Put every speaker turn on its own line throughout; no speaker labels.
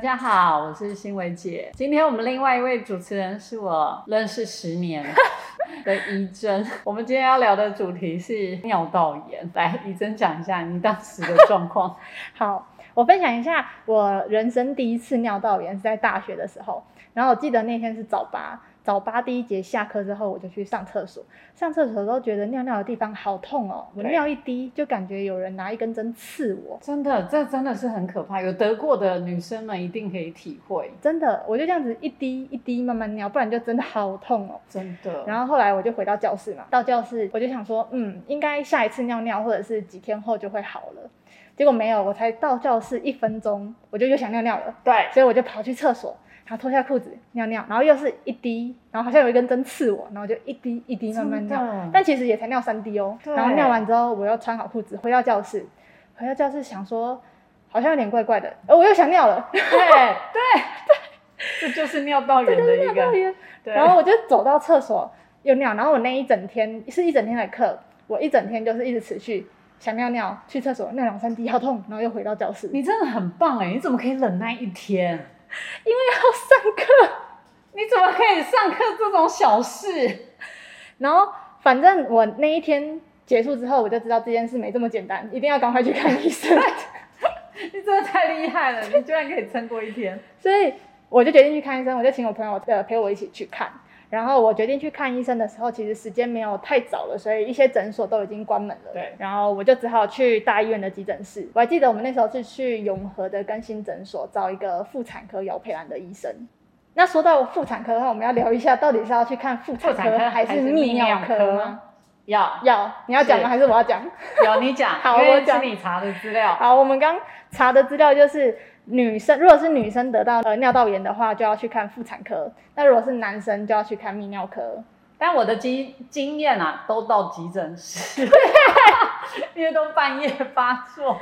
家好，我是新维姐。今天我们另外一位主持人是我认识十年 的怡珍。我们今天要聊的主题是尿道炎。来，怡珍讲一下你当时的状 况。
好，我分享一下我人生第一次尿道炎是在大学的时候，然后我记得那天是早八，早八第一节下课之后我就去上厕所，上厕所都觉得尿尿的地方好痛哦，我
对
尿一滴就感觉有人拿一根针刺我，
真的，这真的是很可怕。有得过的女生们一定可以体会，
真的，我就这样子一滴一滴慢慢尿，不然就真的好痛哦。
真的。
然后后来我就回到教室嘛，到教室我就想说，嗯，应该下一次尿尿或者是几天后就会好了。结果没有，我才到教室一分钟，我就又想尿尿了，
对，
所以我就跑去厕所，然后脱下裤子尿尿，然后又是一滴，然后好像有一根针刺我，然后就一滴一滴慢慢尿，
真的
但其实也才尿三滴哦。
对
然后尿完之后，我又穿好裤子回到教室，回到教室想说好像有点怪怪的，呃，我又想尿了，
对对对，这就是尿道炎 的一个。 对，
然后我就走到厕所又尿，然后我那一整天是一整天的课，我一整天就是一直持续想尿尿，去厕所尿两三滴，好痛，然后又回到教室，因为
你真的很棒哎，你怎么可以忍耐一天？
要上课。
你怎么可以上课这种小事？
然后反正我那一天结束之后，我就知道这件事没这么简单，一定要赶快去看医生。
你真的太厉害了，你居然可以撑过一天。
所以我就决定去看医生，我就请我朋友呃陪我一起去看。然后我决定去看医生的时候，其实时间没有太早了，所以一些诊所都已经关门了。
对
然后我就只好去大医院的急诊室。我还记得我们那时候是去永和的更新诊所找一个妇产科姚佩兰的医生。那说到妇产科的话，我们要聊一下，到底是要去看妇产科还是泌尿科吗？？
要
要，你要讲吗？
是
还是我要讲？
有你讲，
好
因为
我
是
讲
你查的资料。
好，我们刚查的资料就是女生，如果是女生得到呃尿道炎的话，就要去看妇产科；那如果是男生，就要去看泌尿科。
但我的经经验啊，都到急诊室， 因为都半夜发作。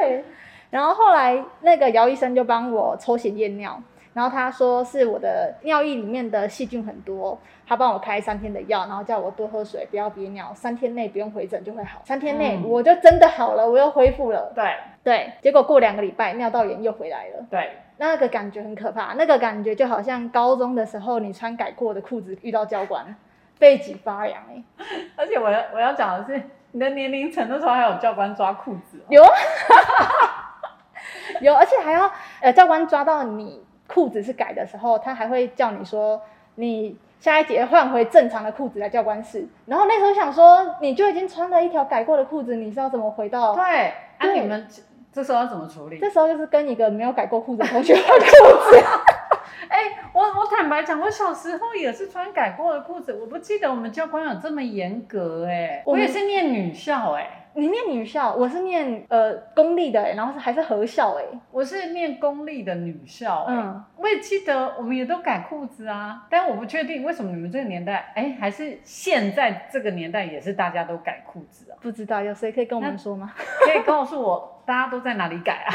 对。然后后来那个姚医生就帮我抽血验尿，然后他说是我的尿液里面的细菌很多，他帮我开三天的药，然后叫我多喝水，不要憋尿，三天内不用回诊就会好。三天内
嗯
我就真的好了，我又恢复了。
对
对，结果过两个礼拜尿道炎又回来了。
对，
那个感觉很可怕，那个感觉就好像高中的时候你穿改过的裤子遇到教官，背脊发凉哎、
而且我要我要讲的是，你的年龄层那时候还有教官抓裤子哦、
有啊有，而且还要呃教官抓到你裤子是改的时候，他还会叫你说你下一节换回正常的裤子来教官室。然后那时候想说，你就已经穿了一条改过的裤子，你是要怎么回到？
对，啊，
对
你们这这时候要怎么 处理？
这时候就是跟一个没有改过裤子的同学换裤子。
哎、我我坦白讲，我小时候也是穿改过的裤子，我不记得我们教官有这么严格哎、
我
我
们
也是念女校哎、
你念女校，我是念呃公立的、欸，然后是还是合校哎、
我是念公立的女校、哎
嗯，
我也记得我们也都改裤子啊，但我不确定为什么你们这个年代，哎、还是现在这个年代也是大家都改裤子 啊？
不知道，有谁可以跟我们说吗？
可以告诉我大家都在哪里改啊？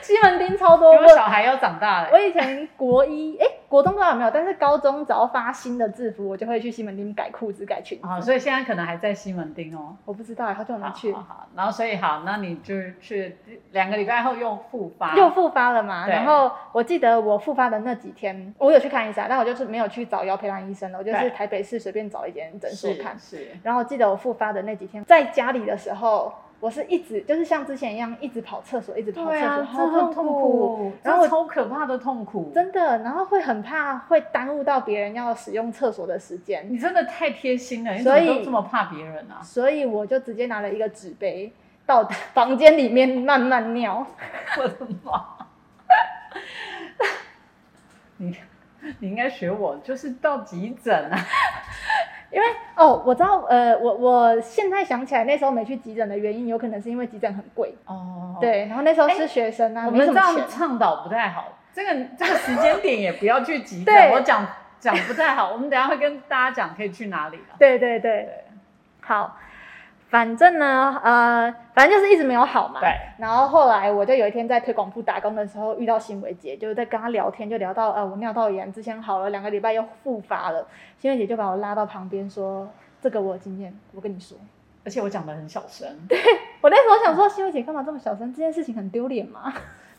西门町超多。
因为我
我
小孩要长大了、
我以前国一，哎、国中不知道有没有，但是高中只要发新的制服，我就会去西门町改裤子、改裙子。
啊，所以现在可能还在西门町哦。
我不知道，好久没
好
去
好，好，然后所以好，那你就去两个礼拜后又复发，
又复发了嘛。
对
然后我记得我复发的那几天，我有去看医生，但我就是没有去找姚培兰医生了，我就
对
是台北市随便找一间诊所
是
看。
是，
然后记得我复发的那几天，在家里的时候，我是一直就是像之前一样，一直跑厕所，一直跑厕
对
所，
啊，
好
真的很痛
痛
苦，
然
然
后
后
我
超可怕的痛苦，
真的，然后会很怕会耽误到别人要使用厕所的时间。
你真的太贴心了，你怎
所
么
以
都这么怕别人啊？
所以我就直接拿了一个纸杯到 房间里面慢慢尿。
我的妈！你你应该学我，就是到急诊啊，
哦，我知道，呃，我我现在想起来那时候没去急诊的原因，有可能是因为急诊很贵。
哦，
对，然后那时候是学生啊，
我
没
们
什
这
么
样
钱。
倡导不太好，这个这个时间点也不要去急诊，
对
我讲讲不太好，我们等一下会跟大家讲可以去哪里了。
对对对，好，反正呢，呃，反正就是一直没有好嘛。
对。
然后后来我就有一天在推广部打工的时候遇到新伟姐，就是在跟她聊天，就聊到呃我尿道炎之前好了，两个礼拜又复发了，新伟姐就把我拉到旁边说：“这个我有经验，我跟你说。”
而且我讲的很小声，
我那时候想说，新伟姐干嘛这么小声？这件事情很丢脸嘛？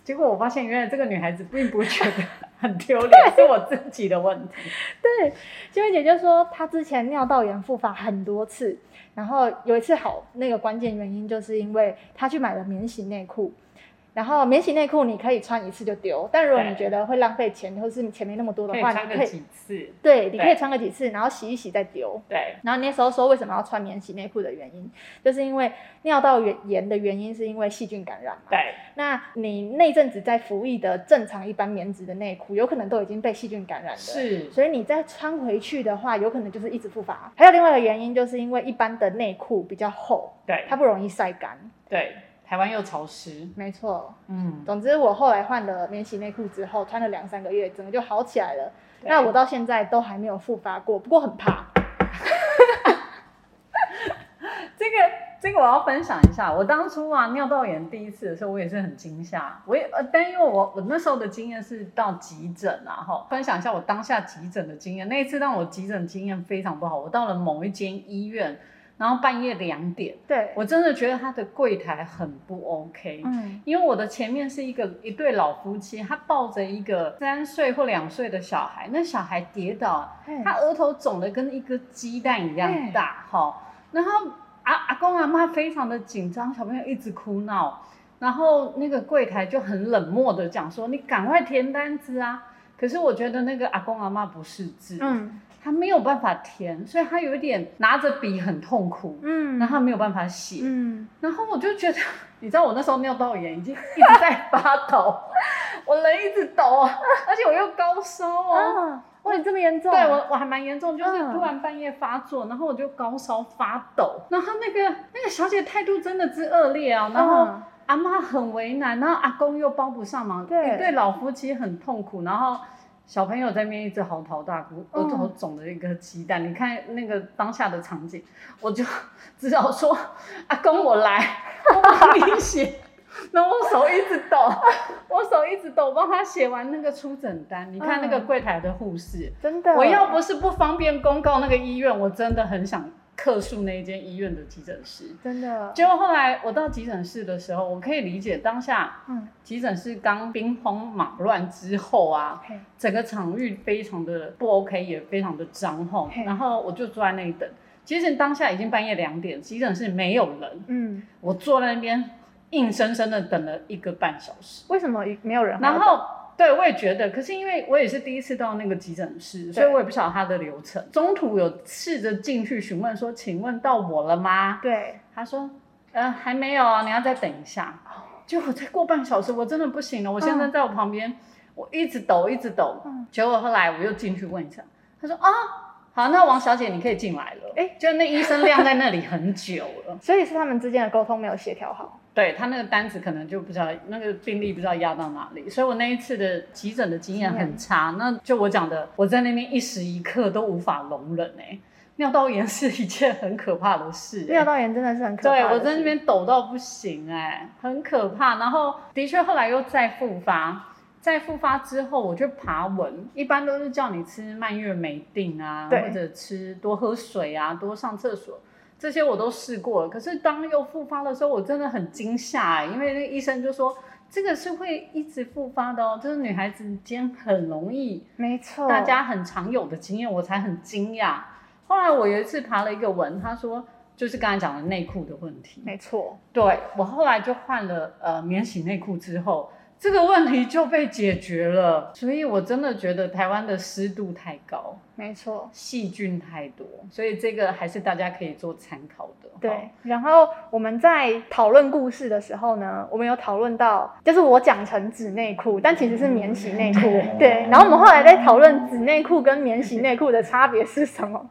结果我发现，原来这个女孩子并不觉得很丢脸，是我自己的问题。
对，新梅姐就说她之前尿道炎复发很多次，然后有一次好，那个关键原因就是因为她去买了免洗内裤。然后免洗内裤你可以穿一次就丢，但如果你
对
觉得会浪费钱或是钱没那么多的
可以
话，
穿
你
个
可以
几次？
对，你可以
对
穿个几次，然后洗一洗再丢。
对，
然后那时候说为什么要穿免洗内裤的原因，就是因为尿道炎炎的原因是因为细菌感染嘛。
对，
那你那阵子在服役的正常一般棉质的内裤，有可能都已经被细菌感染了。
是，
所以你再穿回去的话，有可能就是一直复发。还有另外一个原因，就是因为一般的内裤比较厚，
对
它，不容易晒干。
对，台湾又潮湿，
没错，
嗯，
总之我后来换了免洗内裤之后，穿了两三个月，整个就好起来了。
对
那我到现在都还没有复发过，不过很怕。
这个这个我要分享一下，我当初啊尿道炎第一次的时候，我也是很惊吓，我也呃，但因为我我那时候的经验是到急诊啊，哈，分享一下我当下急诊的经验。那一次让我急诊经验非常不好，我到了某一间医院，然后半夜两点，
对，
我真的觉得他的柜台很不 OK，
嗯，
因为我的前面是一个一对老夫妻，他抱着一个三岁或两岁的小孩，那小孩跌倒，
嘿
他额头肿得跟一个鸡蛋一样大，哈、然后阿阿公阿妈非常的紧张，小朋友一直哭闹，然后那个柜台就很冷漠的讲说：“你赶快填单子啊！”可是我觉得那个阿公阿妈不识字，
嗯
他没有办法填，所以他有一点拿着笔很痛苦，
嗯
然后他没有办法写。
嗯，
然后我就觉得，你知道我那时候尿道炎已经一直在发抖，我人一直抖 啊，而且我又高烧哦。
啊，哇，你这么严重？
对我我还蛮严重，就是
嗯
突然半夜发作，然后我就高烧发抖，然后那个那个小姐态度真的之恶劣啊，然后
嗯
阿妈很为难，然后阿公又帮不上忙，
对
一对老夫妻很痛苦，然后小朋友在那边一直嚎啕大哭，
嗯
额头肿着一个鸡蛋。你看那个当下的场景，我就 只好说：“阿公，我来，我帮你写。” 然后我手一直抖，我手一直抖，帮他写完那个出诊单。你看那个
嗯
柜台的护士，
真的，
我要不是不方便公告那个医院，我真的很想客诉那一间医院的急诊室。
真的，
结果后来我到急诊室的时候，我可以理解当下
嗯，
急诊室刚兵荒马乱之后啊，
嘿
整个场域非常的不 OK，也非常的张吼
嘿。
然后我就坐在那里等，其实当下已经半夜两点，急诊室没有人，
嗯，
我坐在那边硬生生的等了一个半小时。
为什么没有人？
然后对，我也觉得，可是因为我也是第一次到那个急诊室，所以我也不晓得它的流程。中途有试着进去询问说：“请问到我了吗？”
对，
他说，呃，还没有啊，你要再等一下。结果再过半小时，我真的不行了。我先生在我旁边，我一直抖，一直抖。
嗯
结果后来我又进去问一下，他说啊，好，那王小姐你可以进来了。
诶，
就那医生晾在那里很久了
所以是他们之间的沟通没有协调好。
对他那个单子可能就不知道那个病例不知道压到哪里，所以我那一次的急诊的经验很差。那就我讲的，我在那边一时一刻都无法容忍哎、尿道炎是一件很可怕的事、欸。
尿道炎真的是很可怕的
对
事。
我在那边抖到不行哎、很可怕。然后的确后来又再复发，再复发之后我去爬文，一般都是叫你吃蔓越莓定啊，
对
或者吃多喝水啊，多上厕所。这些我都试过了，可是当又复发的时候，我真的很惊吓、哎因为那个医生就说这个是会一直复发的哦，就是女孩子间很容易
没错，
大家很常有的经验，我才很惊讶。后来我有一次爬了一个文，他说就是刚才讲的内裤的问题。
没错，
对我后来就换了呃免洗内裤之后，这个问题就被解决了。所以我真的觉得台湾的湿度太高，
没错。
细菌太多，所以这个还是大家可以做参考的。
对，然后我们在讨论故事的时候呢，我们有讨论到，就是我讲成纸内裤，但其实是免洗内裤。
嗯
对，然后我们后来在讨论纸内裤跟免洗内裤的差别是什么，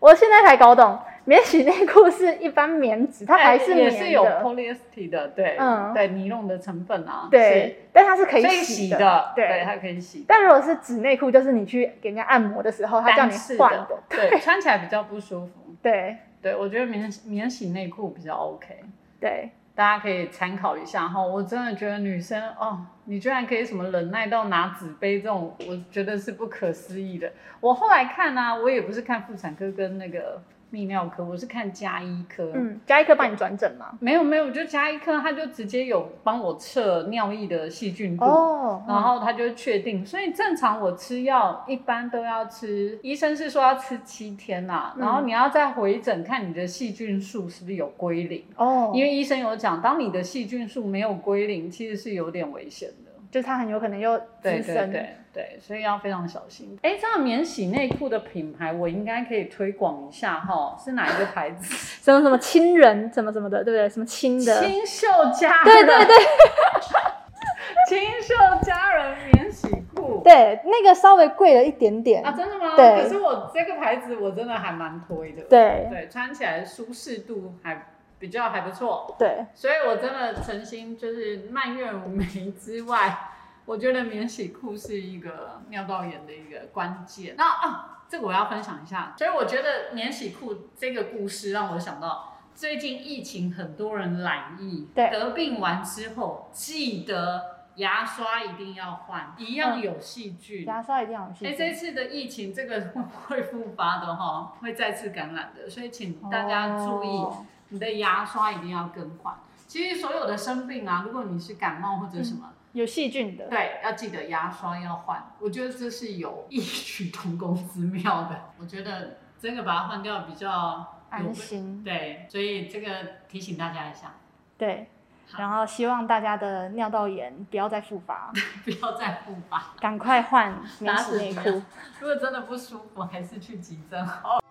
我现在才搞懂，免洗内裤是一般棉质，它
好，
还是
哎也
棉
是有
的，
polyester 的，对，
嗯
对，尼龙的成分啊，
对，但它是可
是，
以
所以
洗
的，
对
对，它可以洗的。
但如果是纸内裤，就是你去给人家按摩的时候，他叫
单
你
式
换
的
的，
对，穿起来比较不舒服。
对
对，我觉得免免洗内裤比较 OK，
对，
大家可以参考一下哈。我真的觉得女生哦，你居然可以什么忍耐到拿纸杯这种，我觉得是不可思议的。我后来看呢、啊，我也不是看妇产科跟那个泌尿科，我是看加医科。
嗯，加一颗帮你转诊嘛。
没有没有，我就加医科，他就直接有帮我测尿液的细菌度。
哦，
然后他就确定，所以正常我吃药一般都要吃，医生是说要吃七天啦、
嗯
然后你要再回诊看你的细菌数是不是有归零，
哦，
因为医生有讲，当你的细菌数没有归零，其实是有点危险的。
就是它很有可能又
对
滋
对
生。
对对，所以要非常小心。哎，这样免洗内裤的品牌我应该可以推广一下哈，是哪一个牌子？
什么什么亲人，什么什么的，对不对？什么亲的，
清秀佳人，
对对对
清秀佳人免洗裤。
对，那个稍微贵了一点点。
啊，真的吗？
对
可是我这个牌子我真的还蛮推的。
对
对，穿起来舒适度还比较还不错，
对，
所以我真的诚心就是蔓越莓之外，我觉得免洗裤是一个尿道炎的一个关键。那啊，这个我要分享一下，所以我觉得免洗裤这个故事让我想到。最近疫情，很多人懒疫，
对
得病完之后，记得牙刷一定要换，一样
嗯
有细菌。
牙刷一定要有细
哎、
菌
这次的疫情这个 会复发的哈、会再次感染的，所以请大家注意，
哦
你的牙刷一定要更换。其实所有的生病啊，如果你是感冒或者什么，
有细菌的。
对，要记得牙刷要换。我觉得这是有异曲同工之妙的。我觉得真的把它换掉比较有
安心，
对，所以这个提醒大家一下，
对，
好
然后希望大家的尿道炎不要再复发，
不要再复发。
赶快换免洗内
打死
裤
你。如果真的不舒服，还是去急诊好了